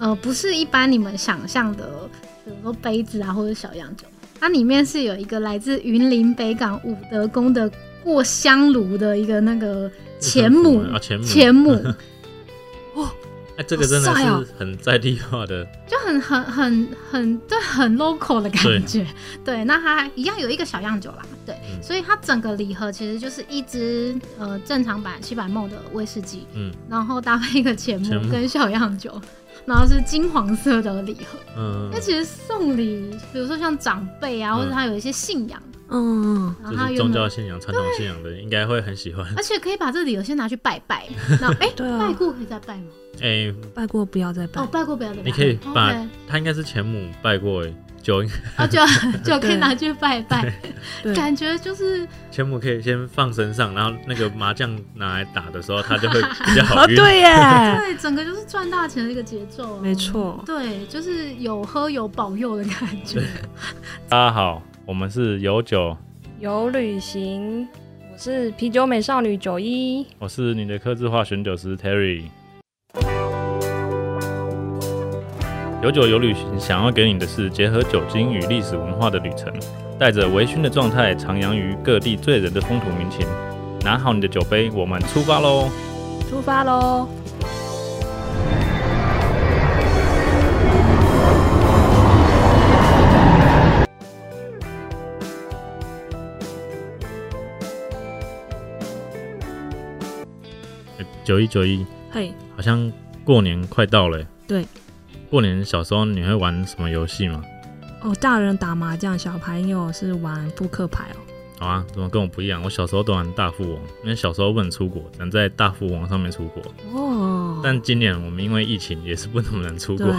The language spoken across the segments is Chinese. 呃，不是一般你们想象的，比如说杯子啊或者小洋酒，它里面是有一个来自云林北港武德宫的过香炉的一个那个钱母 啊，前母，钱母， 哎，这个真的好帅哦是很在地化的，就很很很很对，很 local 的对感觉。对，那它还一样有一个小样酒啦，对，嗯所以它整个礼盒其实就是一支呃正常版七百 ml 的威士忌，嗯然后搭配一个钱钱母母跟小样酒，然后是金黄色的礼盒。嗯那，其实送礼，比如说像长辈啊，嗯或者他有一些信仰，嗯，然后就他是有宗教信仰、传统信仰的，应该会很喜欢。而且可以把这个礼盒先拿去拜拜， 然后哎、对拜啊，过可以再拜吗？哎，拜过不要再拜哦，，拜过不要再拜，你可以把 OK 他应该是前母拜过，哎，酒应 啊就就可以拿去拜拜，对，感觉就是前母可以先放身上，然后那个麻将拿来打的时候，他就会比较好哦运。对耶， 对，整个就是赚大钱的一个节奏、啊，没。错，对，就是有喝有保佑的感觉。大家好，我们是有酒，有旅行，我是啤酒美少女九一。我是你的客制化选酒师 Terry。有酒有旅行，想要给你的是结合酒精与历史文化的旅程，带着微醺的状态，徜徉于各地醉人的风土民情。拿好你的酒杯，我们出发喽！出发喽！九一九一，嘿，好像过年快到了、欸对，过年小时候你会玩什么游戏吗？哦，大人打麻将，小朋友是玩扑克牌哦，好啊，怎么跟我不一样？我小时候都玩大富翁，因为小时候不能出国，只能在大富翁上面出国。哦，但今年我们因为疫情也是不能能出国，对，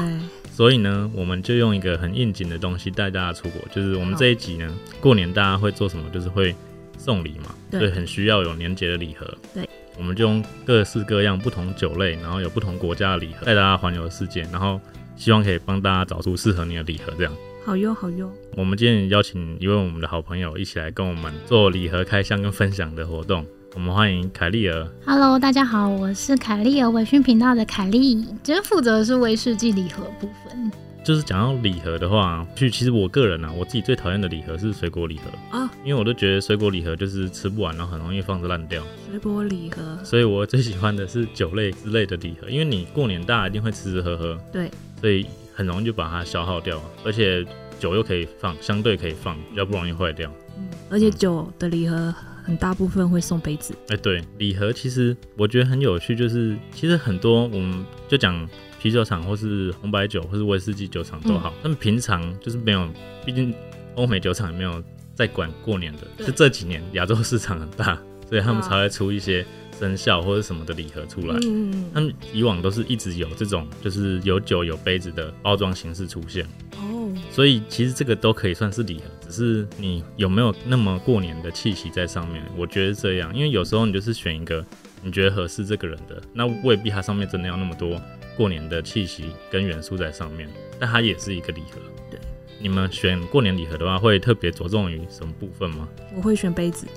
所以呢，我们就用一个很应景的东西带大家出国，就是我们这一集呢，过年大家会做什么？就是会送礼嘛，对所以很需要有年节的礼盒。对，我们就用各式各样不同酒类，然后有不同国家的礼盒，带大家环游世界，然后希望可以帮大家找出适合你的礼盒。这样，好哟好哟，我们今天也邀请一位我们的好朋友一起来跟我们做礼盒开箱跟分享的活动。我们欢迎凯莉儿， Hello，大家好，我是凯莉尔微醺频道的凯莉，今天负责的是威士忌礼盒部分。就是讲到礼盒的话，去其实我个人啊，我自己最讨厌的礼盒是水果礼盒啊，因为我都觉得水果礼盒就是吃不完，然后很容易放着烂掉。水果礼盒，所以我最喜欢的是酒类之类的礼盒，因为你过年大家一定会吃吃喝喝，对，所以很容易就把它消耗掉，而且酒又可以放，相对可以放，比较不容易坏掉。嗯，而且酒的礼盒很大部分会送杯子，哎、对，礼盒其实我觉得很有趣，就是其实很多我们就讲啤酒厂或是红白酒或是威士忌酒厂都嗯好，他们平常就是没有，毕竟欧美酒厂也没有在管过年的，对是这几年亚洲市场很大，所以他们啊才会出一些生肖或者什么的礼盒出来。嗯，他们以往都是一直有这种，就是有酒有杯子的包装形式出现，哦，所以其实这个都可以算是礼盒，只是你有没有那么过年的气息在上面？我觉得是这样，因为有时候你就是选一个你觉得合适这个人的，那未必它上面真的要那么多过年的气息跟元素在上面，但它也是一个礼盒。对，你们选过年礼盒的话，会特别着重于什么部分吗？我会选杯子，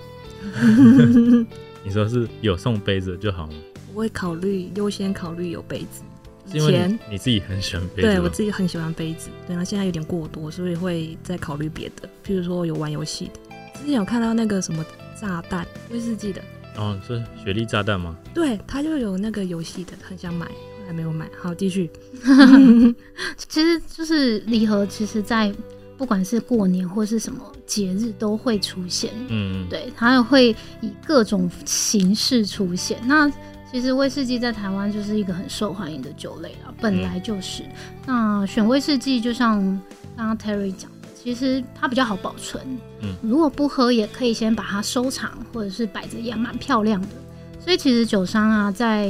你说是有送杯子就好吗？我会考虑优先考虑有杯子，是因为钱你你自己很喜欢杯子吗，对我自己很喜欢杯子，对，那现在有点过多，所以会再考虑别的，譬如说有玩游戏的。之前有看到那个什么炸弹威士忌的，哦，是雪莉炸弹吗？对，它就有那个游戏的，很想买，后来没有买。好，继续。 其实就是礼盒，其实在不管是过年或是什么节日都会出现。嗯，对，它会以各种形式出现。那其实威士忌在台湾就是一个很受欢迎的酒类啦，本来就是。那选威士忌，就像刚刚 Terry 讲的，其实它比较好保存。嗯，如果不喝，也可以先把它收藏，或者是摆着也蛮漂亮的。所以其实酒商啊，在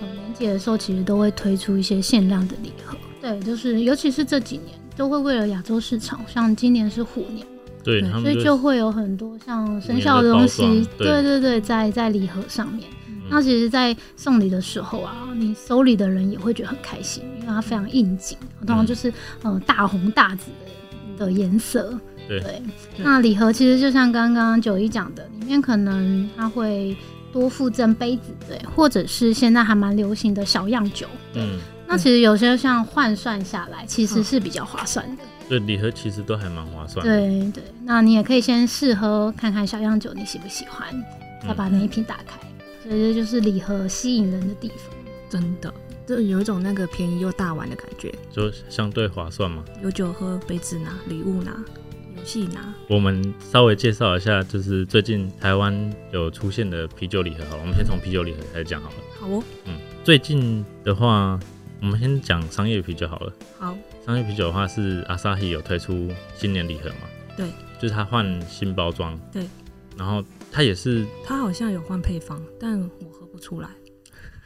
呃年节的时候，其实都会推出一些限量的礼盒。对，就是尤其是这几年，都会为了亚洲市场，像今年是虎年。对对他所们以就就会有很多像生年肖的的东包西，装对对嗯对对，在在礼盒上面。那其实，在送礼的时候啊，你收礼的人也会觉得很开心，因为它非常应景，通常就是嗯、呃大红大紫的的颜色。对那礼盒其实就像刚刚九一讲的，里面可能它会多附赠杯子，对，或者是现在还蛮流行的小样酒，对。嗯那其实有些像换算下来，其实是比较划算的。对，礼盒其实都还蛮划算的。对对，那你也可以先试喝看看小样酒你喜不喜欢，再嗯把那一瓶打开。所以这就是礼盒吸引人的地方。嗯真的，这有一种那个便宜又大碗的感觉。就相对划算嘛。有酒喝，杯子拿，礼物拿，游戏拿，我们稍微介绍一下，就是最近台湾有出现的啤酒礼盒好了，我们先从啤酒礼盒开始讲好了。好哦，最近的话，我们先讲商业啤酒好了。好，商业啤酒的话是 Asahi 有推出新年礼盒嘛？对，就是它换新包装。对，然后它也是它好像有换配方，但我喝不出来。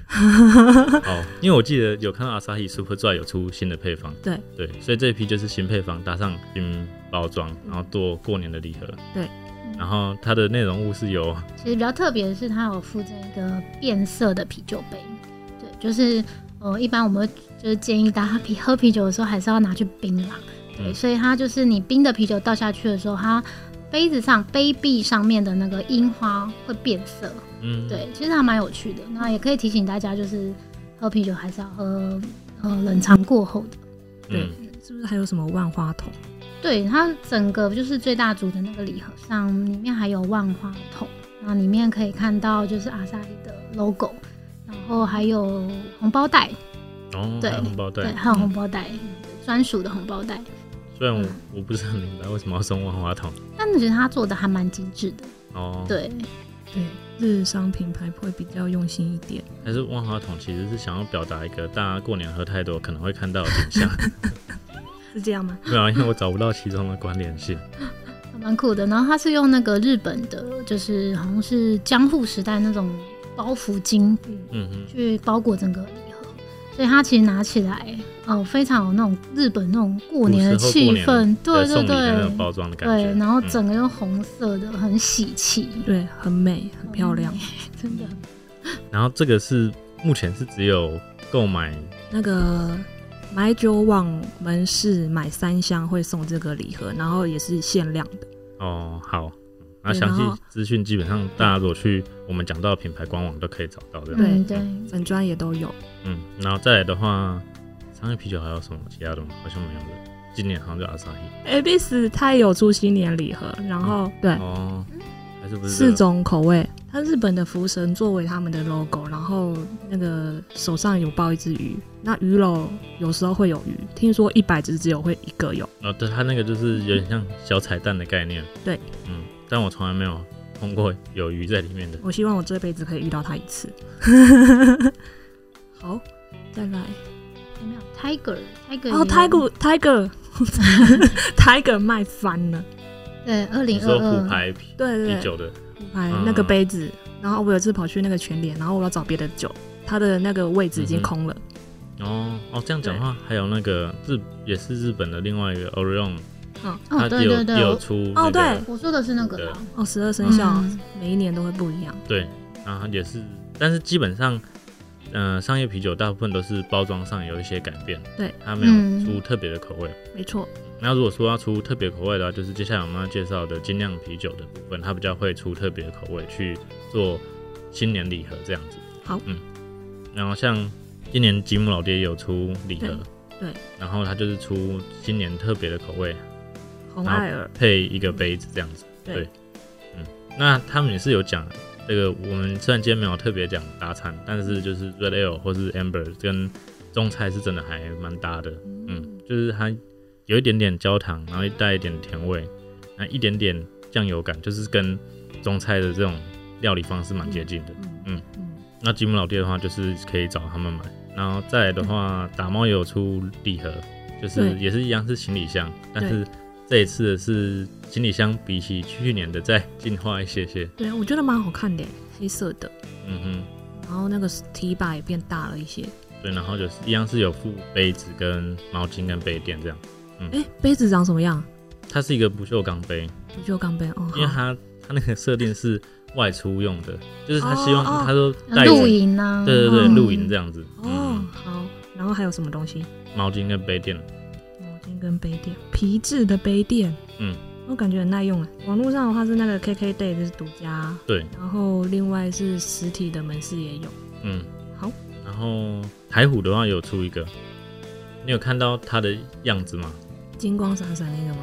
哦，因为我记得有看到 Asahi Super Dry 有出新的配方，对对，所以这一批就是新配方搭上新包嗯装，然后做过年的礼盒。对，然后它的内容物是由其实比较特别的是，它有附赠一个变色的啤酒杯。对，就是呃，一般我们会就是建议大家啤喝啤酒的时候还是要拿去冰啦。对，嗯所以它就是你冰的啤酒倒下去的时候，它杯子上杯壁上面的那个樱花会变色。嗯，对，其实还蛮有趣的。那也可以提醒大家，就是喝啤酒还是要喝呃冷藏过后的。嗯，是不是还有什么万花筒？对，它整个就是最大组的那个礼盒上，里面还有万花筒，那里面可以看到就是阿萨伊的 logo，然后还有红包袋，哦，对还有红包对，袋，还有红包袋，专属的红包袋。虽然我我不是很明白为什么要送万花筒，但我觉得它做的还蛮精致的，哦，，对，对，日商品牌会比较用心一点。但是万花筒其实是想要表达一个大家过年喝太多可能会看到的景象，是这样吗？没有，因为我找不到其中的关联性，还蛮酷的。然后它是用那个日本的，就是好像是江户时代那种包袱巾嗯哼，去包裹整个礼盒，所以它其实拿起来，哦，非常有那种日本那种过年的古时候气过年氛，对在送对礼的那对种。包装的感觉，对，然后嗯整个又红色的，很喜气，对，很美，很 漂亮。真的。然后这个是目前是只有购买那个买酒往门市买三箱会送这个礼盒，然后也是限量的。哦，好。那对详然后细资讯基本上大家如果去我们讲到的品牌官网都可以找到的。嗯对对，整专也都有。嗯，然后再来的话，商业啤酒还有什么其他的吗？好像没有了。今年好像就阿萨 i Abis 哎它也有出新年礼盒，然后嗯对哦，还是不是这个四种口味，它日本的福神作为他们的 logo，然后那个手上有抱一只鱼，那鱼篓有时候会有鱼，听说一百只只有会一个有。哦，对，它那个就是有点像小彩蛋的概念。对，嗯，但我从来没有碰过有鱼在里面的。我希望我这辈子可以遇到它一次。 好，再来有没有 Tiger Tiger？哦，Tiger Tiger Tiger 卖翻了，对，二你零二说二虎，牌啤对对对，酒的，哎嗯，那个杯子。然后我有一次跑去那个全联，然后我要找别的酒，它的那个位置已经嗯哼空了。哦哦，这样讲的话，还有那个日也是日本的另外一个 Orion，它哦，也对有对也有对，出那哦个对我说的是那个啦，哦，十二生肖、嗯每一年都会不一样。对，然后也是，但是基本上，嗯、商业啤酒大部分都是包装上有一些改变，对，它没有嗯出特别的口味。没错，那如果说要出特别口味的话，就是接下来我们要介绍的精酿啤酒的部分，它比较会出特别的口味去做新年礼盒这样子。好嗯，然后像今年吉姆老爹也有出礼盒，对对然后它就是出新年特别的口味，红艾尔配一个杯子这样子。对对，嗯，那他们也是有讲这个，我们虽然今天没有特别讲搭餐，但是就是 Red Ale 或是 Amber 跟中菜是真的还蛮搭的，嗯，就是它有一点点焦糖，然后带一点甜味，那一点点酱油感，就是跟中菜的这种料理方式蛮接近的。嗯那吉姆老爹的话，就是可以找他们买，然后再来的话，打猫也有出礼盒，就是对也是一样是行李箱，但是这一次的是行李箱比起去年的再进化一些些，对，我觉得蛮好看的，黑色的，嗯哼，然后那个提把也变大了一些。对，然后就是一样是有附杯子跟毛巾跟杯垫这样，哎、杯子长什么样？它是一个不锈钢杯，不锈钢杯哦，因为好它它那个设定是外出用的，就是他希哦哦望他都带着露，营啊，对对对，嗯露营这样子，哦嗯，好。然后还有什么东西？毛巾跟杯垫，毛巾跟杯垫，皮质的杯垫，嗯，我感觉很耐用啊。网络上的话是那个 KK Day 就是独家，对，然后另外是实体的门市也有。嗯，好，然后台虎的话有出一个，你有看到它的样子吗？金光闪闪那个吗？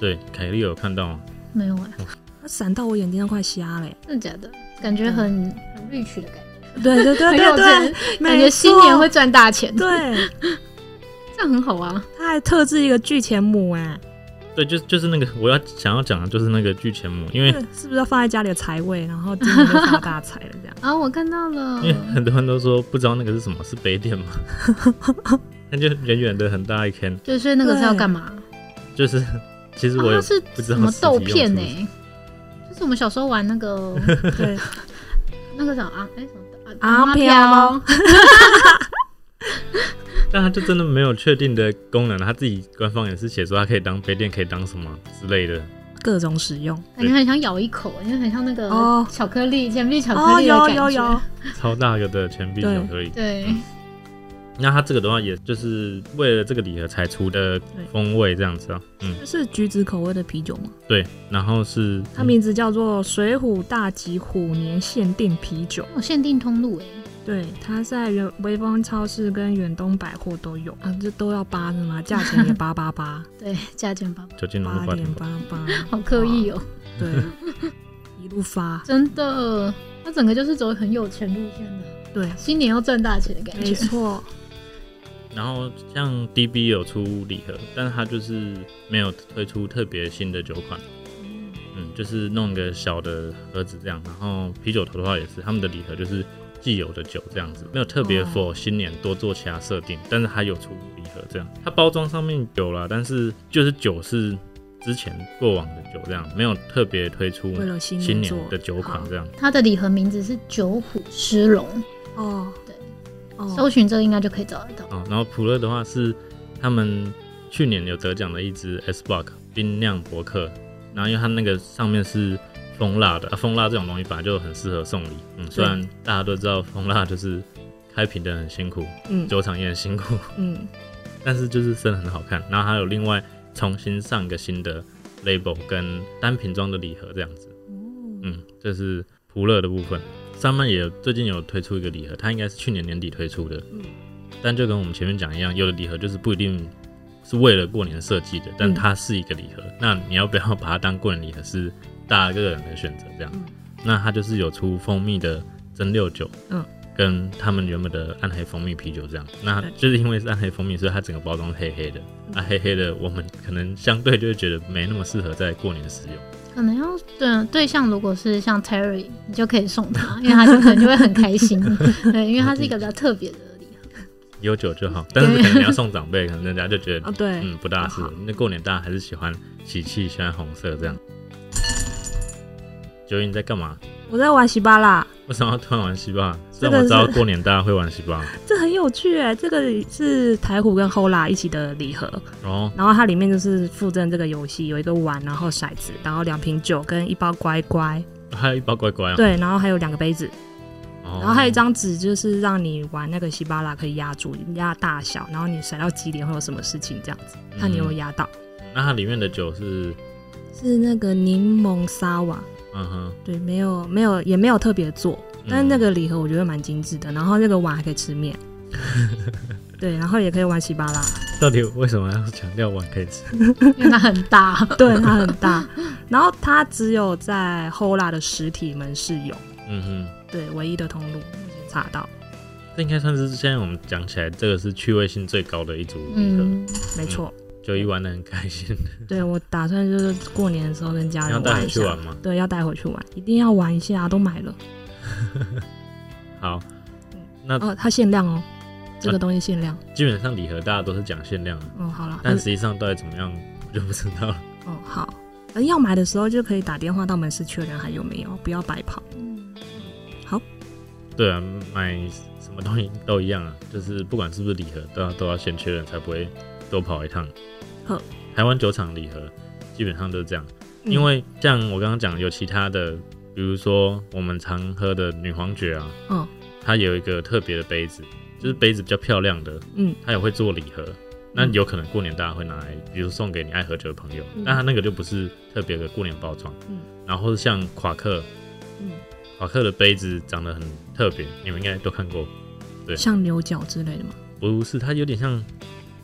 对，凯莉有看到吗？没有啊，它闪到我眼睛都快瞎 了欸。真的假的？感觉很很 rich 的感觉，对对对很有对对钱，没感觉新年会错赚大钱，，对，这样很好啊。它还特制一个巨钱母哎，对，就就是那个我要想要讲的就是那个巨钱母，因为嗯是不是要放在家里的财位，然后今年就发大财了这样？啊，我看到了因，为很多人都说不知道那个是什么，是杯垫吗？那就远远的很大一圈，就是那个是要干嘛？就是其实啊我也它是不知什道么实际豆用片处呢、是就是我们小时候玩那 个 对，那个什么啊，哎、什么的阿妈飘但它就真的没有确定的功能，它啊自己官方也是写说它可以当杯垫，可以当什么之类的。各种使用感觉很想咬一口，因为很像那个哦巧克力、甜蜜巧哦，克力的有感觉。有有，超大个的钱币对巧克力。对，那它这个的话，也就是为了这个礼盒才出的风味这样子啊。嗯，是橘子口味的啤酒吗？嗯对。然后是嗯它名字叫做水浒大吉虎年限定啤酒。有限定通路哎、对，它在远威风超市跟远东百货都有啊，这都要八是 吗？价钱也八八八，对，加减吧，酒精浓度八八点点八，八八， 好刻意哦、对，一路发，真的，它整个就是走很有钱路线的，对，新年要赚大钱的感觉。没错，然后像 DB 有出礼盒，但是它就是没有推出特别新的酒款。嗯，就是弄个小的盒子这样，然后啤酒头的话也是，他们的礼盒就是既有的酒这样子，没有特别哦 for 新年多做其他设定，但是它有出礼盒这样，它包装上面有啦，但是就是酒是之前过往的酒这样，没有特别推出为了新新年做年的酒款这样。它的礼盒名字是九虎狮龙，哦，对，搜哦，寻这个应该就可以找得到。哦，然后普乐的话是他们去年有得奖的一支 S Block 冰酿博客，然后因为它那个上面是蜂蜡的，啊、蜂蜡这种东西本来就很适合送礼。嗯，虽然大家都知道蜂蜡就是开瓶的人很辛苦，嗯酒厂也很辛苦， 嗯，但是就是真的很好看。然后还有另外重新上一个新的 label 跟单瓶装的礼盒这样子。嗯，这是普乐的部分。上面也最近有推出一个礼盒，它应该是去年年底推出的。嗯但就跟我们前面讲一样，有的礼盒就是不一定是为了过年设计的，但嗯它是一个礼盒。那你要不要把它当过年礼盒是大家个人的选择这样。嗯那它就是有出蜂蜜的蒸馏酒，嗯，跟他们原本的暗黑蜂蜜啤酒这样。那对就是因为是暗黑蜂蜜，所以它整个包装是黑黑的。那、黑黑的，我们可能相对就会觉得没那么适合在过年使用。可能要对对象，如果是像 Terry，你就可以送他，因为他就可能就会很开 心。对，因为他是一个比较特别的礼盒。有酒就好，但是可能你要送长辈，可能人家就觉 啊得对，嗯不大适合。那过年大家还是喜欢喜气，喜欢红色这样。九一你在干嘛？我在玩喜巴啦，为什么要突然玩西巴？虽这个然我知道是过年大家会玩西巴，这很有趣哎，这个是台虎跟 Hola 一起的礼盒，然后然后它里面就是附赠这个游戏，有一个碗，然后骰子，然后两瓶酒跟一包乖乖，还有一包乖乖啊，对，然后还有两个杯子，哦，然然后还有一张纸，就是让你玩那个西巴拉可以压住压大小，然后你甩到几点会有什么事情这样子，看你有没有压到。嗯那它里面的酒是是那个柠檬沙瓦，嗯哼，对，没有没有也没有特别做，但是那嗯个礼盒我觉得蛮精致的，然后那个碗还可以 吃面，对，然后也可以玩西巴拉。 到底为什么要强调碗可以吃？因为它很大，对，它很大。然后它只有在 Hola 的实体门市有，嗯哼，对，唯一的通路，目前查到，这应该算是现在我们讲起来，这个是趣味性最高的一组礼盒。嗯，没错。九一玩的很开 心，对我打算就是过年的时候跟家嗯你要人带啊玩你一去下，玩吗？对，要带回去玩，一定要玩一下，都买了。 好，呃哦，它限量哦，这个东西限量。基本上礼盒大家都是讲限量的，哦，好了，但实际上到底怎么样，我就不知道 了。嗯哦好。呃要买的时候就可以打电话到门市确认还有没有，不要白跑。嗯对啊，买什么东西都一样啊，就是不管是不是礼盒，都要都要先确认，才不会多跑一趟好。台湾酒厂礼盒基本上都是这样，嗯因为像我刚刚讲，有其他的，比如说我们常喝的女皇爵啊，嗯，它有一个特别的杯子，就是杯子比较漂亮的，嗯，它也会做礼盒。那有可能过年大家会拿来，比如送给你爱喝酒的朋友，但它那个就不是特别的过年包装。嗯，然后像夸克，嗯，夸克的杯子长得很特别，你们应该都看过。对像牛角之类的吗？不是，它有点像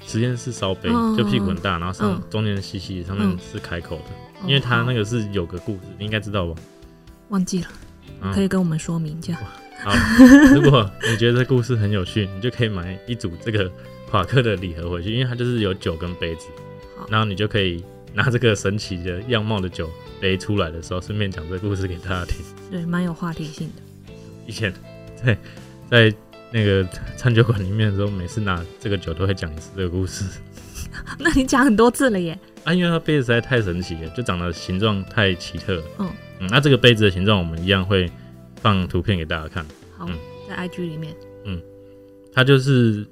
实验室烧杯，嗯就屁股很大，然后上、嗯中间细细，上面嗯是开口的，因为它那个个是有个故事，你应该知道吧？哦忘记了，嗯可以跟我们说明一下。好，如果你觉得这故事很有趣，你就可以买一组这个 夸克的礼盒回去，因为它就是有酒跟杯子好，然后你就可以拿这个神奇的样貌的酒杯出来的时候，顺便讲这故事给大家听。对，蛮有话题性的。 以前在在那个餐酒馆里面的时候，每次拿这个酒都会讲一次这个故事 那你讲很多次了耶。啊，因为它杯子实在太神奇了，就长得形状太奇特了。嗯嗯，那这个杯子的形状我们一样会放图片给大家看。好，嗯在 IG 里面，它就是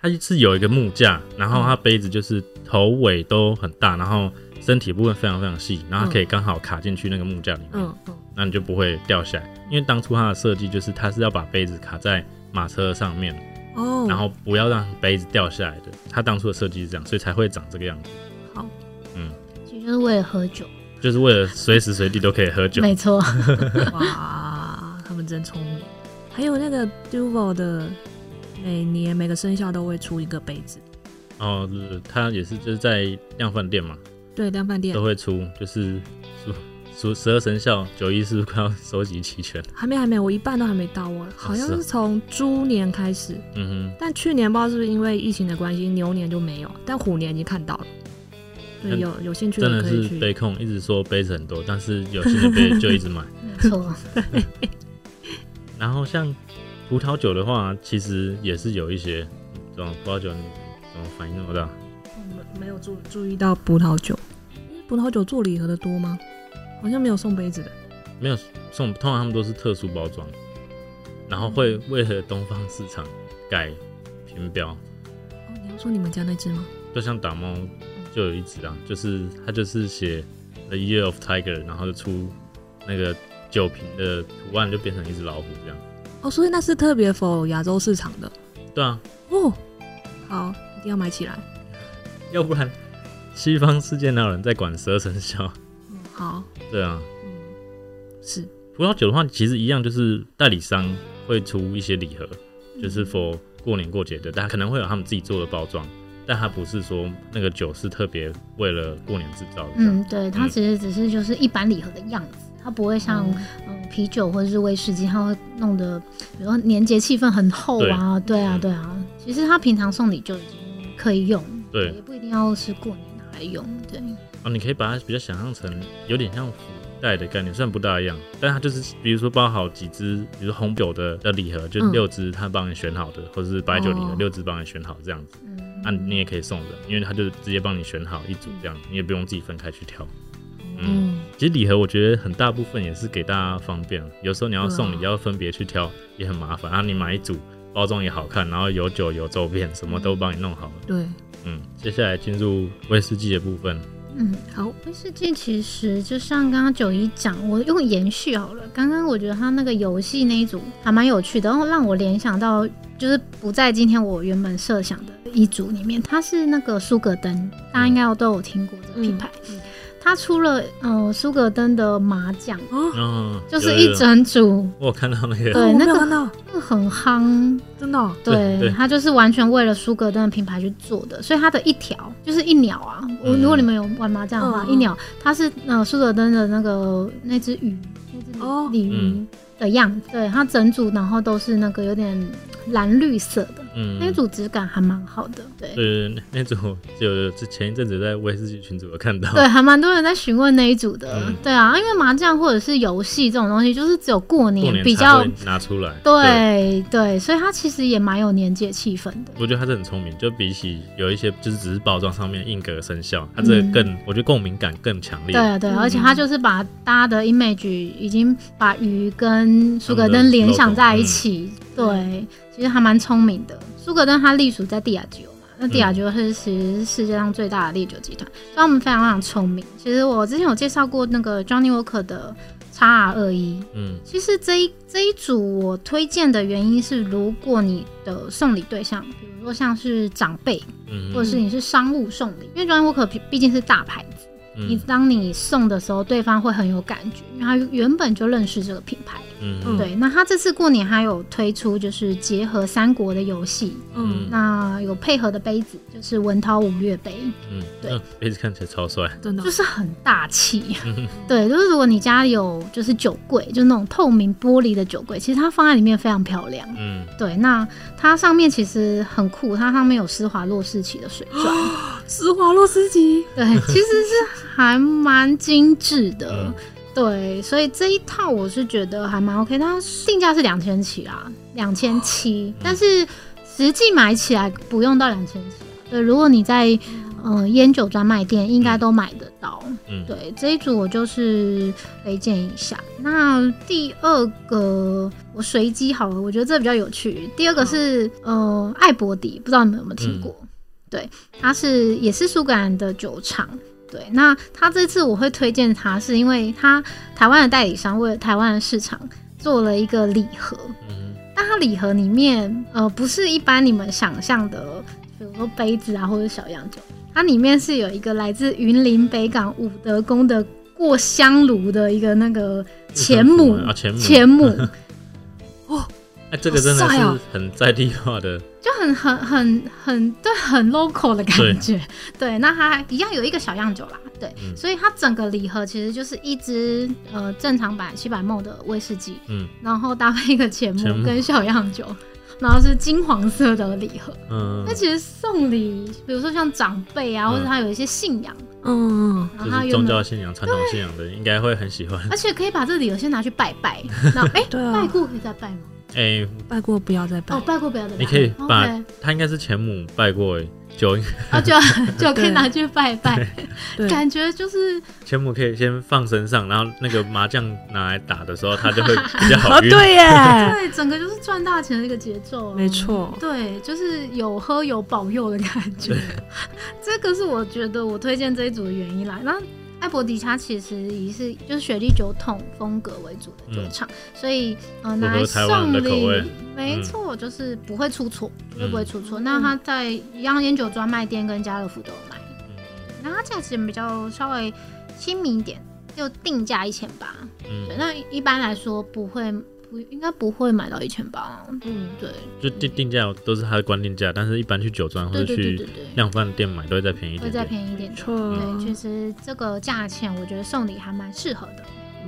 它是有一个木架，然后它杯子就是头尾都很大，然后身体部分非常非常细，然后它可以刚好卡进去那个木架里面，嗯嗯，那你就不会掉下来。因为当初它的设计就是它是要把杯子卡在马车上面，哦，然后不要让杯子掉下来的。它当初的设计是这样，所以才会长这个样子，好，其实就是为了喝酒，就是为了随时随地都可以喝酒。没错，哇，他们真聪明。还有那个 Duval 的，每年每个生肖都会出一个杯子，哦，是它也是就是在量贩店嘛，对，量饭店都会出，就是出出十二生肖九一是快要收集齐全。还没还没，我一半都还没到我，好像是啊是从猪年开始，嗯哼。但去年不知道是不是因为疫情的关系，牛年就没有，但虎年已经看到了。对，嗯有有兴趣真的的可以是去。杯控，一直说杯子很多，但是有新的杯就一直买。 没错，然后像葡萄酒的话，其实也是有一些，怎么葡萄酒你怎么反应那么大？没没有注注意到葡萄酒，葡萄酒做礼盒的多吗？好像没有送杯子的。没有送，通常他们都是特殊包装，然后会为了东方市场改瓶标，哦，你要说你们家那只吗？就像打猫就有一只啊，就是它就是写 The Year of Tiger，然后就出那个酒瓶的图案就变成一只老虎这样。哦，所以那是特别否亚洲市场的对啊，哦。好，一定要买起来。要不然西方世界哪有人在管十二生肖？嗯，好，对啊，嗯，是，葡萄酒的话，其实一样，就是代理商会出一些礼盒，嗯就是 for 过年过节的，但可能会有他们自己做的包装，但它不是说那个酒是特别为了过年制造的。嗯，，对，它其实只是就是一般礼盒的样子，它不会像嗯嗯啤酒或者是威士忌，它会弄得比如说年节气氛很厚啊，对啊，嗯对啊。其实它平常送礼就已经可以用，对也不一定要是过年拿来用，对，哦，你可以把它比较想象成有点像福袋的概念，虽然不大一样，但它就是比如说包好几支，比如说红酒的的礼盒，就嗯六支它帮你选好的，或者是白酒礼盒哦六支帮你选好这样子。嗯，那、你也可以送人，因为他就直接帮你选好一组这样，你也不用自己分开去挑。嗯，嗯，其实礼盒我觉得很大部分也是给大家方便，有时候你要送礼对啊要分别去挑也很麻烦，啊然后你买一组包装也好看，然后有酒有周边什么都帮你弄好了。对，嗯，接下来进入威士忌的部分，嗯。好，威士忌其实就像刚刚九一讲，我用延续好了。刚刚我觉得他那个游戏那一组还蛮有趣的，然后让我联想到就是不在今天我原本设想的一组里面，它是那个苏格登，大家应该都有听过这个品牌。嗯嗯它出了呃苏格登的麻将，哦，嗯，就是有一，有有整组，我有看到那个对哦我没那有个看到，那很夯。真的哦，对对对，它就是完全为了苏格登的品牌去做的，所以它的一条就是一鸟啊。我、嗯如果你们有玩麻将的话，嗯嗯一鸟它是呃苏格登的那个那只鱼，那只哦鲤鱼嗯的样子。对，它整组然后都是那个有点蓝绿色的，嗯，那组质感还蛮好的。对。对那那组就之前一阵子在威士忌群组有看到，对，还蛮多人在询问那一组的，嗯对啊，因为麻将或者是游戏这种东西，就是只有过过年年比才较会，拿出来，对对，所以它其实也蛮有年节气氛的。我觉得他是很聪明，就比起有一些就是只是包装上面印个生肖，他这个更、我觉得共鸣感更强烈。对啊对啊，嗯而且他就是把大家的 image 已经把鱼跟苏格登联想在一起，嗯对，其实还蛮聪明的。苏格登它隶属在蒂亚吉欧嘛，那蒂亚吉欧是其实是世界上最大的烈酒集团，所以他们非常非常聪明。其实我之前有介绍过那个 Johnny Walker 的 x R 二一，嗯，其实这一这一组我推荐的原因是，如果你的送礼对象，比如说像是长辈，嗯或者是你是商务送礼，因为 Johnny Walker 毕毕竟是大牌子。你嗯当你送的时候，对方会很有感觉，因为他原本就认识这个品牌。嗯对，那他这次过年还有推出就是结合三国的游戏，嗯，那有配合的杯子，就是文韬五岳杯，嗯，对那杯子看起来超帅，真的就是很大气。嗯对，就是如果你家有就是酒柜，就那种透明玻璃的酒柜，其实它放在里面非常漂亮。嗯，对，那它上面其实很酷，它上面有施华洛世奇的水钻， 施华洛世奇，对，其实是还蛮精致的嗯。对，所以这一套我是觉得还蛮 OK，它定价是两千起啦，两千七，但是实际买起来不用到两千七。对，如果你在呃烟酒专卖店，应该都买得到。嗯，对，这一组我就是推荐一下。那第二个我随机好了，我觉得这比较有趣。第二个是、呃艾伯迪，不知道你们有没有听过？对，它是也是苏格兰的酒厂。对，那它这次我会推荐它，是因为它台湾的代理商为了台湾的市场做了一个礼盒，嗯，但它礼盒里面，呃，不是一般你们想象的，比如说杯子啊，或者小洋酒，它里面是有一个来自云林北港武德宫的过香炉的一个那个钱母，啊，前母，钱母哎，这个真的好帅哦是很在地化的，就很很很很对，很 local 的感觉。 对，那它还一样有一个小样酒啦，对，嗯所以它整个礼盒其实就是一支呃正常版七百 ml 的威士忌，嗯然后搭配一个钱钱母母跟小样酒，然后是金黄色的礼盒。嗯那，其实送礼，比如说像长辈啊，嗯或者他有一些信仰，嗯，然后就他是有宗没有教信仰、传统信仰的，应该会很喜欢。而且可以把这个理由先拿去拜拜，然后哎、嗯对啊拜过可以再拜吗？哎，拜过不要再拜哦，，拜过不要再拜，哦你可以把 OK，他应该是前母拜过哎，酒哦 就就可以拿去拜拜，对，感觉就是前母可以先放身上，然后那个麻将拿来打的时候，他就会比较好运。哦对 耶，对整个就是赚大钱的一个节奏、啊，没。错，对，就是有喝有保佑的感觉，这个是我觉得我推荐这一组的原因啦。那艾伯迪它其实也是就是雪莉酒桶风格为主的酒厂，所以呃拿来嗯符合台湾送人的口礼味，嗯没错，就是不会出错，绝对不会出错。嗯那它在一样烟酒专卖店跟家乐福都有卖，那它价钱比较稍微亲民一点，就定价一千八。嗯对，嗯，那一般来说不会不应该不会买到一千八，嗯，对，就定定价都是他的官定价，但是一般去酒庄或对对者对对去对。量贩店买都会再便宜一会点再便点。宜一点没点。错，对，确实这个价钱，我觉得送礼还蛮适合的，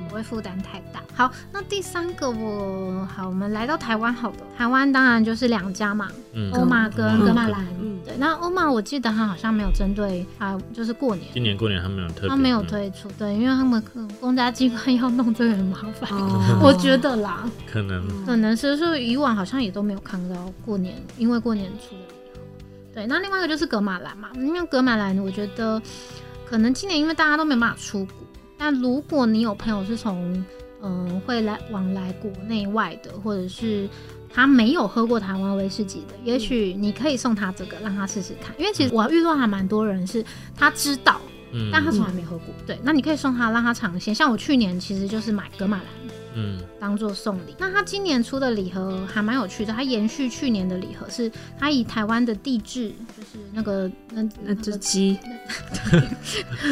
不会负担太大。好，那第三个我好，我们来到台湾好了。台湾当然就是两家嘛，嗯，欧玛嗯跟格马兰。嗯对，那欧玛我记得他好像没有针对啊，就是过年，今年过年他没有特别，他没有嗯推出，对，因为他们可能公家机关要弄这个很麻烦。哦 我觉得啦，嗯可能可能是说以往好像也都没有看到过年，因为过年出的礼盒。对，那另外一个就是格马兰嘛，因为格马兰我觉得可能今年因为大家都没办法出国，但如果你有朋友是从嗯会来往来国内外的，或者是他没有喝过台湾威士忌的，也许你可以送他这个让他试试看，因为其实我遇到还蛮多人是他知道，嗯，但他从来没喝过。对，那你可以送他让他尝鲜，像我去年其实就是买格马兰。嗯当做送礼。那他今年出的礼盒还蛮有趣的，他延续去年的礼盒是，他以台湾的地质，就是那个那那只鸡，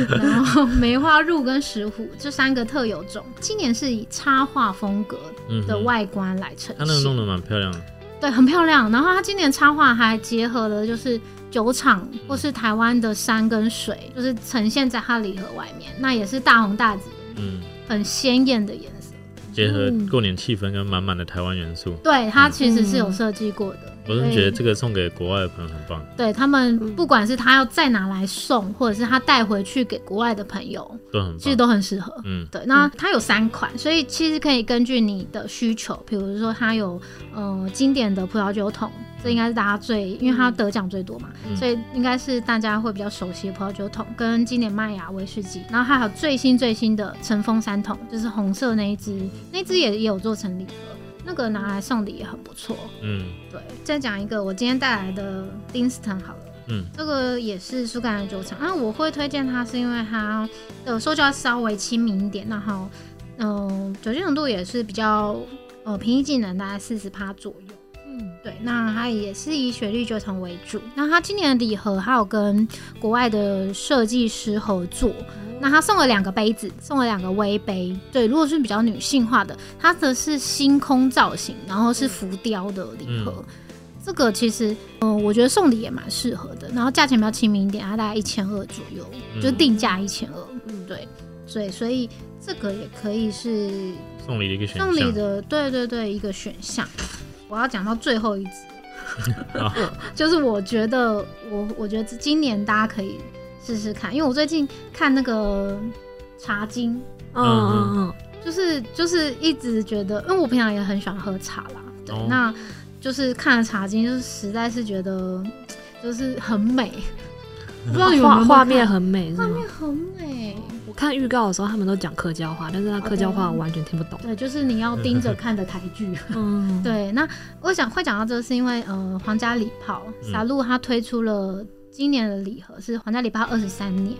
然后梅花鹿跟石虎这三个特有种，今年是以插画风格嗯的哼外观来呈他那个现，弄得蛮漂亮的，对，很漂亮。然后他今年插画还结合了就是酒厂或是台湾的山跟水，就是呈现在它礼盒外面，那也是大红大紫，嗯，很鲜艳的颜色。结合嗯过年气氛跟满满的台湾元素，对，它其实是有嗯设计过的。我真所的以觉得这个送给国外的朋友很棒，对他们，嗯不管是他要再拿来送，或者是他带回去给国外的朋友，都很其实棒，都很适合。嗯对，那它有三款，所以其实可以根据你的需求，比如说它有呃经典的葡萄酒桶，这应该是大家最，因为它得奖最多嘛，嗯所以应该是大家会比较熟悉的葡萄酒桶跟经典麦芽威士忌，然后还有最新最新的乘风三桶，就是红色那一支，那支也也有做成礼盒，那个拿来送礼也很不错。嗯对，再讲一个我今天带来的 Linston 好了。嗯这个也是苏格兰的酒厂。啊，我会推荐它是因为它的售价稍微亲民一点，然后嗯、呃酒精浓度也是比较呃平易近人，大概四十趴左右。嗯，对，那它也是以雪莉酒厂为主。那它今年的礼盒还有跟国外的设计师合作，那他送了两个杯子，送了两个微杯。对，如果是比较女性化的，它则是星空造型，然后是浮雕的礼盒。这个其实，嗯、我觉得送礼也蛮适合的，然后价钱比较亲民一点，它大概一千二左右，嗯就定价一千二。对，所以所以这个也可以是送礼的一个选项。送礼的，对对对，一个选项。我要讲到最后一支好，就是我觉得我我觉得今年大家可以试试看，因为我最近看那个茶经，嗯嗯就是就是一直觉得，因为我平常也很喜欢喝茶啦，对，哦那就是看了茶经，就是实在是觉得就是很美，不知道你们嗯，有没画有画看面很美是画吗面？很美，我看预告的时候，他们都讲客家话，但是他客家话我完全听不懂。对，就是你要盯着看的台剧。嗯，对，那我想会讲到这个是因为呃，皇家礼炮嗯撒露它推出了今年的礼盒是皇家礼炮二十三年，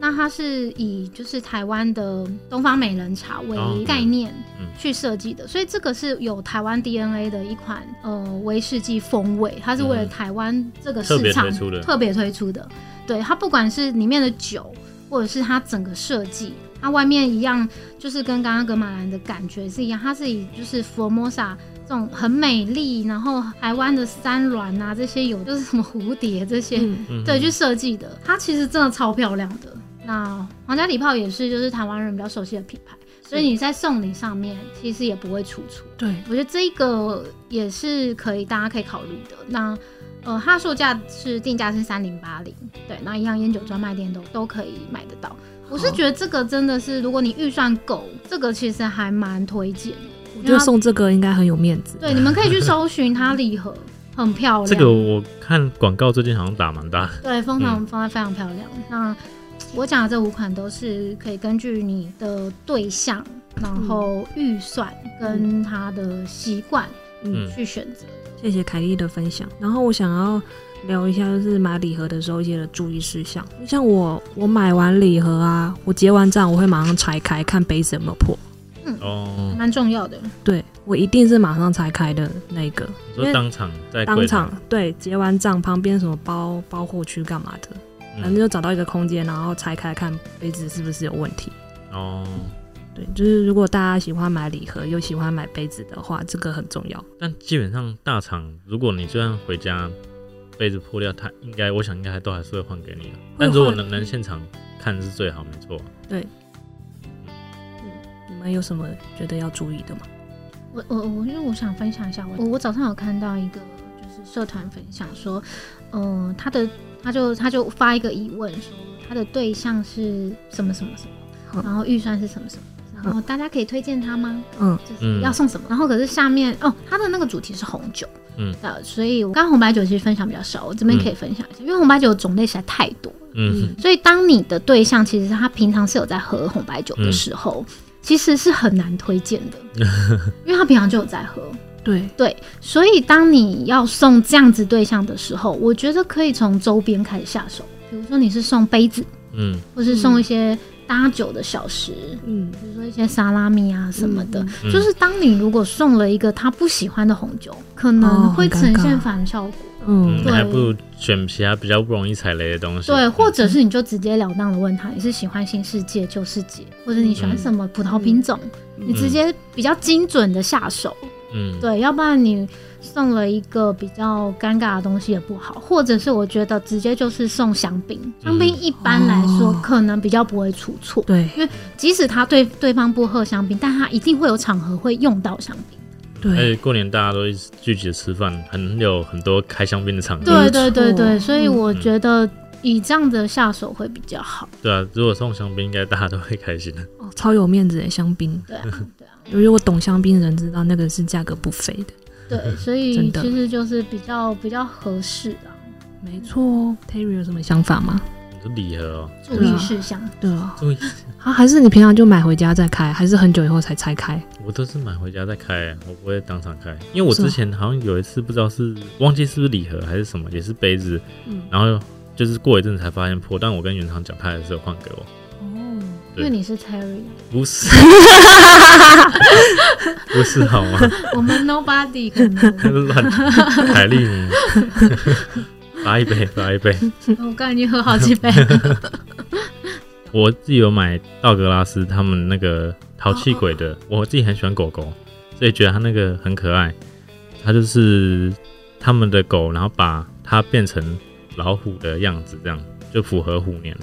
那它是以就是台湾的东方美人茶哦为嗯概念嗯去设计的，所以这个是有台湾 DNA 的一款呃威士忌风味，它是为了嗯台湾这个特别市场推出的特别推出的。对，它不管是里面的酒，或者是它整个设计，它外面一样就是跟刚刚格马兰的感觉是一样，它是以就是佛摩萨这种很美丽，然后台湾的山峦啊这些有就是什么蝴蝶这些，嗯嗯哼对，去设计的。它其实真的超漂亮的。那皇家礼炮也是就是台湾人比较熟悉的品牌，所以你在送礼上面其实也不会出错。对，我觉得这个也是可以，大家可以考虑的。那呃，它的售价是定价是三零八零，对，那一样烟酒专卖店都都可以买得到。我是觉得这个真的是，如果你预算够，这个其实还蛮推荐的。我觉得送这个应该很有面子。对，你们可以去搜寻它礼盒，很漂亮。这个我嗯看广告最近好像打蛮大的，对，非常放在非常漂亮。那我讲的这五款都是可以根据你的对象，然后预算跟他的习惯嗯去选择。谢谢凯莉的分享。然后我想要聊一下，就是买礼盒的时候一些的注意事项。像我，我买完礼盒啊，我结完账，我会马上拆开看杯子有没有破。哦。蛮重要的，对我一定是马上拆开的那个，你因说为当场在柜当台场对结完账，旁边什么包包货区干嘛的，嗯反正就找到一个空间，然后拆开看杯子是不是有问题。哦，对，就是如果大家喜欢买礼盒又喜欢买杯子的话，这个很重要。但基本上大厂，如果你就算回家杯子破掉，它应该我想应该还都还是会换给你的。但如果能能现场看是最好，没错。你们有什么觉得要注意的吗？我我我，因为我想分享一下，我我早上有看到一个就是社团分享说，呃，他的他就他就发一个疑问说，他的对象是什么什么什么，嗯然后预算是什么什么，然后大家可以推荐他吗？嗯，就是要送什么。然后可是下面哦，它的那个主题是红酒，嗯呃，所以我刚刚红白酒其实分享比较少，我这边可以分享一下，因为红白酒种类实在太多，嗯，所以当你的对象其实他平常是有在喝红白酒的时候，其实是很难推荐 的，因为他平常就有在喝。对，对，所以当你要送这样子对象的时候，我觉得可以从周边开始下手，比如说你是送杯子，嗯或是送一些搭酒的小食，嗯，比如说一些沙拉米啊什么的。嗯嗯就是当你如果送了一个他不喜欢的红酒，可哦能很会尴呈尬现反效果。嗯嗯，对还不如选其他比较不容易踩雷的东西。对，或者者嗯是你就直截了当的问他，你是喜欢新世界、旧世界，或者你嗯喜欢什么葡萄品种，你直接比较精准的下手。嗯，对，要不然你送了一个比较尴尬的东西也不好，或者是我觉得直接就是送香槟，香嗯槟一般来说、哦可能比较不会出错，对即使他对对方不喝香槟，但他一定会有场合会用到香槟。而对，且过年大家都一直聚集吃饭，很有很多开香槟的场合。对没对对错对，所以嗯我觉得以这样的下手会比较好。对啊，如果送香槟，应该大家都会开心的。哦，超有面子的香槟。 对啊，对啊，如果懂香槟的人知道，那个是价格不菲的。对，所以嗯真的其实就是比较比较合适啊，没错哦，Terry 有什么想法吗？你说礼盒哦，注意事项。对啊，注意，啊，还是你平常就买回家再开，还是很久以后才拆开？我都是买回家再开，我不会当场开，因为我是吗之前好像有一次不知道是忘记是不是礼盒还是什么，也是杯子，嗯，然后就是过一阵子才发现破，但我跟原厂讲，他还是有换给我，哦，因为你是 Terry，不是，不是好吗？ 我们 Nobody 可能乱 讲凯莉你， 发一杯，发一杯， 我刚才已经喝好几杯了。我自己有买道格拉斯他们那个淘气鬼的，哦我自己很喜欢狗狗，所以觉得它那个很可爱。它就是他们的狗，然后把它变成老虎的样子，这样就符合虎年。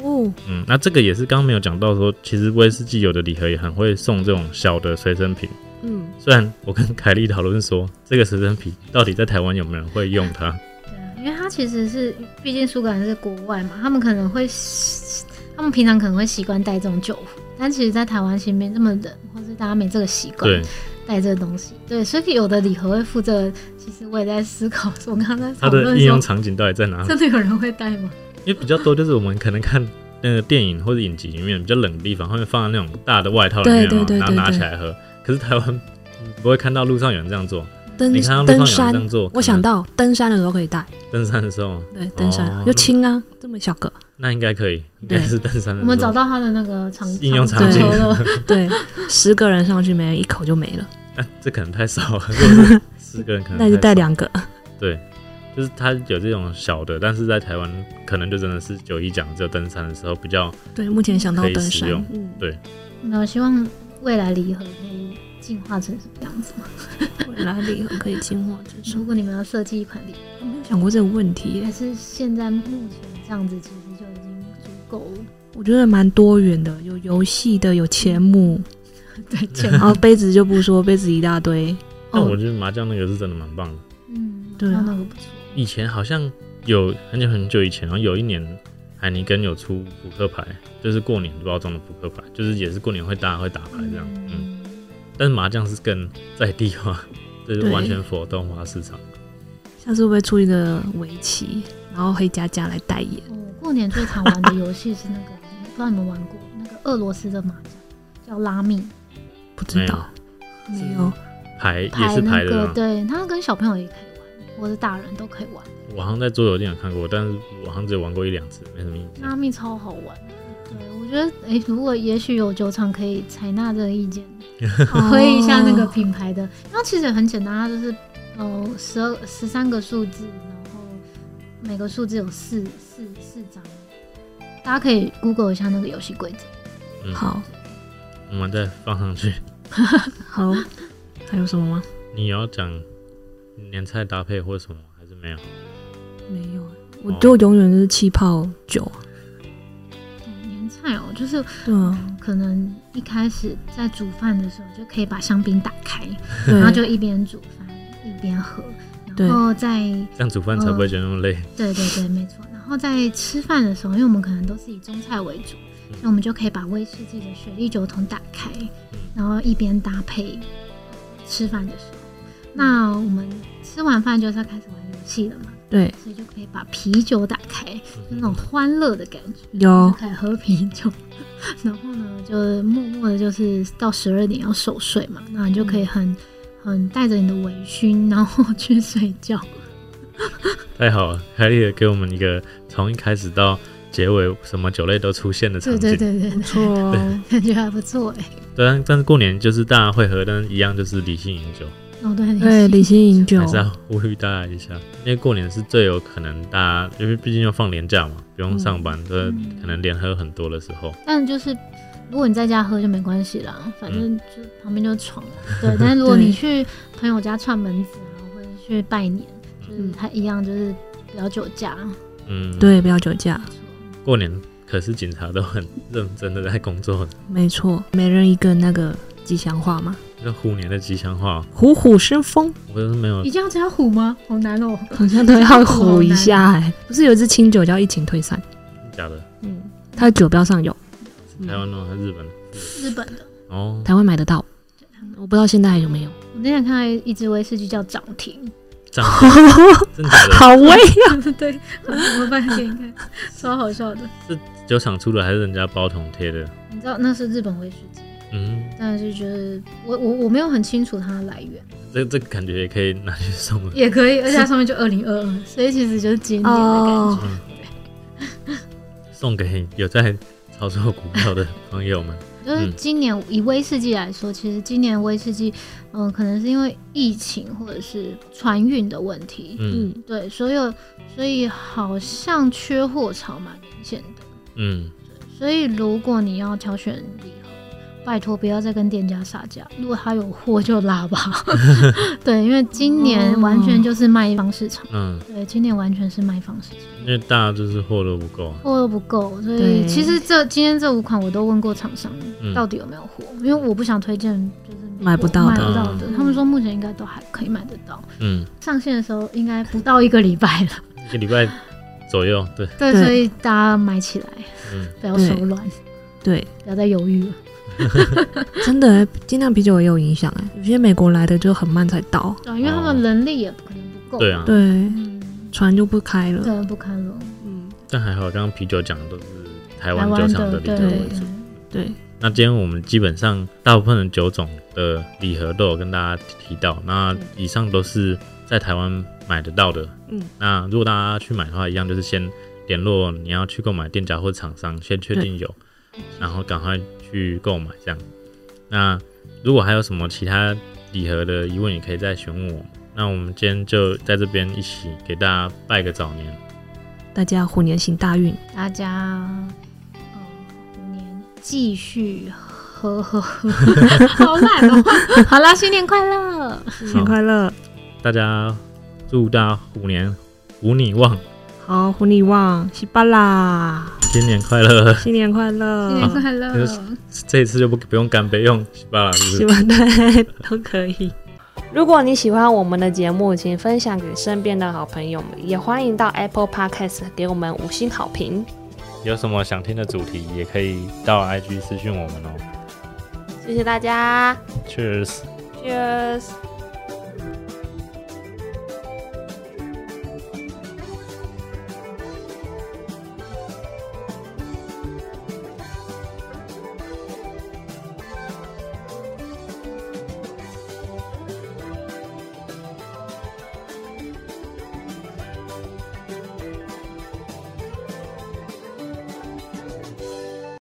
哦，嗯，那这个也是刚刚没有讲到说，其实威士忌有的礼盒也很会送这种小的随身品。嗯，虽然我跟凯莉讨论说，这个随身品到底在台湾有没有人会用 它？对啊，因为它其实是，毕竟苏格兰是国外嘛，他们可能会，他们平常可能会习惯带这种酒壶，但其实，在台湾其实没这么冷，或是大家没这个习惯对，带这个东西。对，所以有的礼盒会附这个。其实我也在思考，我刚刚在它讨的论应用说，场景到底在哪里？真的有人会带吗？因为比较多就是我们可能看那个电影或者影集里面比较冷的地方，他们放在那种大的外套里面嘛，对对对然后拿对起来喝。可是台湾你不会看到路上有人这样做，登你看到路上有登人山这，样做，我想到登山的时候可以带，可能登山的时候，对，登山、哦又轻啊，这么小个，那应该可以，应该是登山的时候。我们找到它的那个场应用场场景合了，对，十个人上去，每人一口就没了，啊，这可能太少了，如果是四个人 可能那你就嗯太带少两个，对，就是它有这种小的，但是在台湾可能就真的是九一讲，只有登山的时候比较对，目前想到可以登使山 用，嗯，那我希望未来礼盒可以进化成什么样子嘛？未来礼盒可以进化之如中，果你们要设计一款礼盒，我没有想过这个问题耶还，是现在目前这样子，其实就已经足够了。 我觉得蛮多元的，有游戏的，有钱目，对，全然后杯子就不说，杯子一大堆，但我哦，觉得麻将那个是真的蛮棒的。嗯，对啊那个不错。以前好像有很久很久以前，然后有一年海尼根有出扑克牌，就是过年包装的扑克牌，就是也是过年会大家会打牌这样。嗯，但是麻将是更在地 化，就是对完全否动化市场。下次会不会出一个围棋，然后黑佳佳来代言？哦我过年最常玩的游戏是那个，不知道你们玩过那个俄罗斯的麻将，叫拉密，不知道，没有，牌也是那牌的啊这个，样。对，它跟小朋友也可以玩，或者大人都可以玩。我好像在桌游店有看过，但是我好像只有玩过一两次，没什么印拉象。密超好玩，对我觉得，哎、如果也许有酒厂可以采纳这个意见，哦推一下那个品牌的，然后其实也很简单，它就是呃十二十三个数字，然后每个数字有四四四张，大家可以 Google 一下那个游戏规则。嗯，好我们再放上去。好，还有什么吗？你要讲年菜搭配或什么还是没有？没有，我就永远是气泡酒啊，嗯年菜哦，就是对啊，可能一开始在煮饭的时候就可以把香槟打开，对，然后就一边煮饭一边喝，然后再这样煮呃饭才不会觉得那么累。对对对，没错。然后在吃饭的时候，因为我们可能都是以中菜为主，所以我们就可以把威士忌的雪莉酒桶打开，然后一边搭配吃饭的时候。那我们吃完饭就是要开始玩游戏了嘛，对，所以就可以把啤酒打开，就那种欢乐的感觉，有就开始喝啤酒。然后呢，就是默默的，就是到十二点要守岁嘛，那你就可以很很带着你的微醺，然后去睡觉。太好了，凯莉也给我们一个从一开始到结尾什么酒类都出现的场对景。对对对对不错哦，感觉还不错哎、对但但是过年就是大家会喝，但是一样就是理性饮酒，哦，对，你对，理性饮酒还，是要呼吁大家一下，因为过年是最有可能大家，因为毕竟要放年假嘛，不用上班，这、可能连喝很多的时候，但就是如果你在家喝就没关系啦，反正就旁边就是床了。对，但是如果你对去朋友家串门子啊，或者去拜年，就是嗯他一样就是不要酒驾。嗯，，对，不要酒驾，过年可是警察都很认真的在工作的，没错，每人一个那个吉祥话嘛，那虎年的吉祥话，虎虎生风，我都是没有一定要加虎吗？好难哦、好像都要虎一下哎、不是有一支清酒叫疫情退散，假的，嗯，它的酒标上有，台湾的还是日本的日本的，哦，台湾买得到，我不知道现在还有没有，我那天看到一支威士忌叫涨停，这样真假的， 好味，对，我办给你看，超好笑的。酒厂出的还是人家包桶贴的，你知道那是日本威士忌，嗯，但是就是我我我没有很清楚它的来源。这这感觉也可以拿去送了。也可以，而且它上面就二零二二，所以其实就是今年的感觉。哦嗯，送给有在操作股票的朋友 们。就是今年以威士忌来说，其实今年威士忌，嗯、可能是因为疫情或者是船运的问题，嗯嗯，对，所有所以好像缺货潮蛮明显的，嗯，所以如果你要挑选礼盒，拜托不要再跟店家杀价，如果他有货就拉吧。 对，因为今年完全就是卖方市场，嗯，对，今年完全是卖方市场。因为大家就是货都不够啊，货又不够，所以对其实这今天这五款我都问过厂商嗯到底有没有货，因为我不想推荐就是买不到的买不到的嗯，他们说目前应该都还可以买得到，嗯，上线的时候应该不到一个礼拜 了，一个礼拜左右，对，对，对所以大家买起来嗯，不要手软，对，不要再犹豫了。真的、欸，精酿啤酒也有影响哎、有些美国来的就很慢才到，对啊，因为他们人力也可能不够，对啊，对，嗯，船就不开了。可能不堪了，嗯，但还好，刚刚啤酒讲的都是台台湾酒湾厂的礼对盒为主。对，那今天我们基本上大部分的酒种的礼盒都有跟大家提到，那以上都是在台湾买得到的。嗯，那如果大家去买的话，一样就是先联络你要去购买店家或厂商，先确定有，然后赶快去购买这样。那如果还有什么其他礼盒的疑问，也可以再询问我。那我们今天就在这边一起给大家拜个早年，大家虎年行大运，大家，嗯，虎年继续喝喝 喝，好懒哦。好啦，新年快乐！新年快乐！大家祝大家虎年虎你旺，好，虎你旺，西巴啦，新年快乐！新年快乐， 新年快乐！嗯就是这一次就不不用干杯，用洗巴啦，是西不巴对都可以。如果你喜欢我们的节目，请分享给身边的好朋友们，也欢迎到 Apple Podcast 给我们五星好评。是？有什么想听的主题，也可以到 IG 私讯我们哦。谢谢大家 Cheers。 ，Cheers。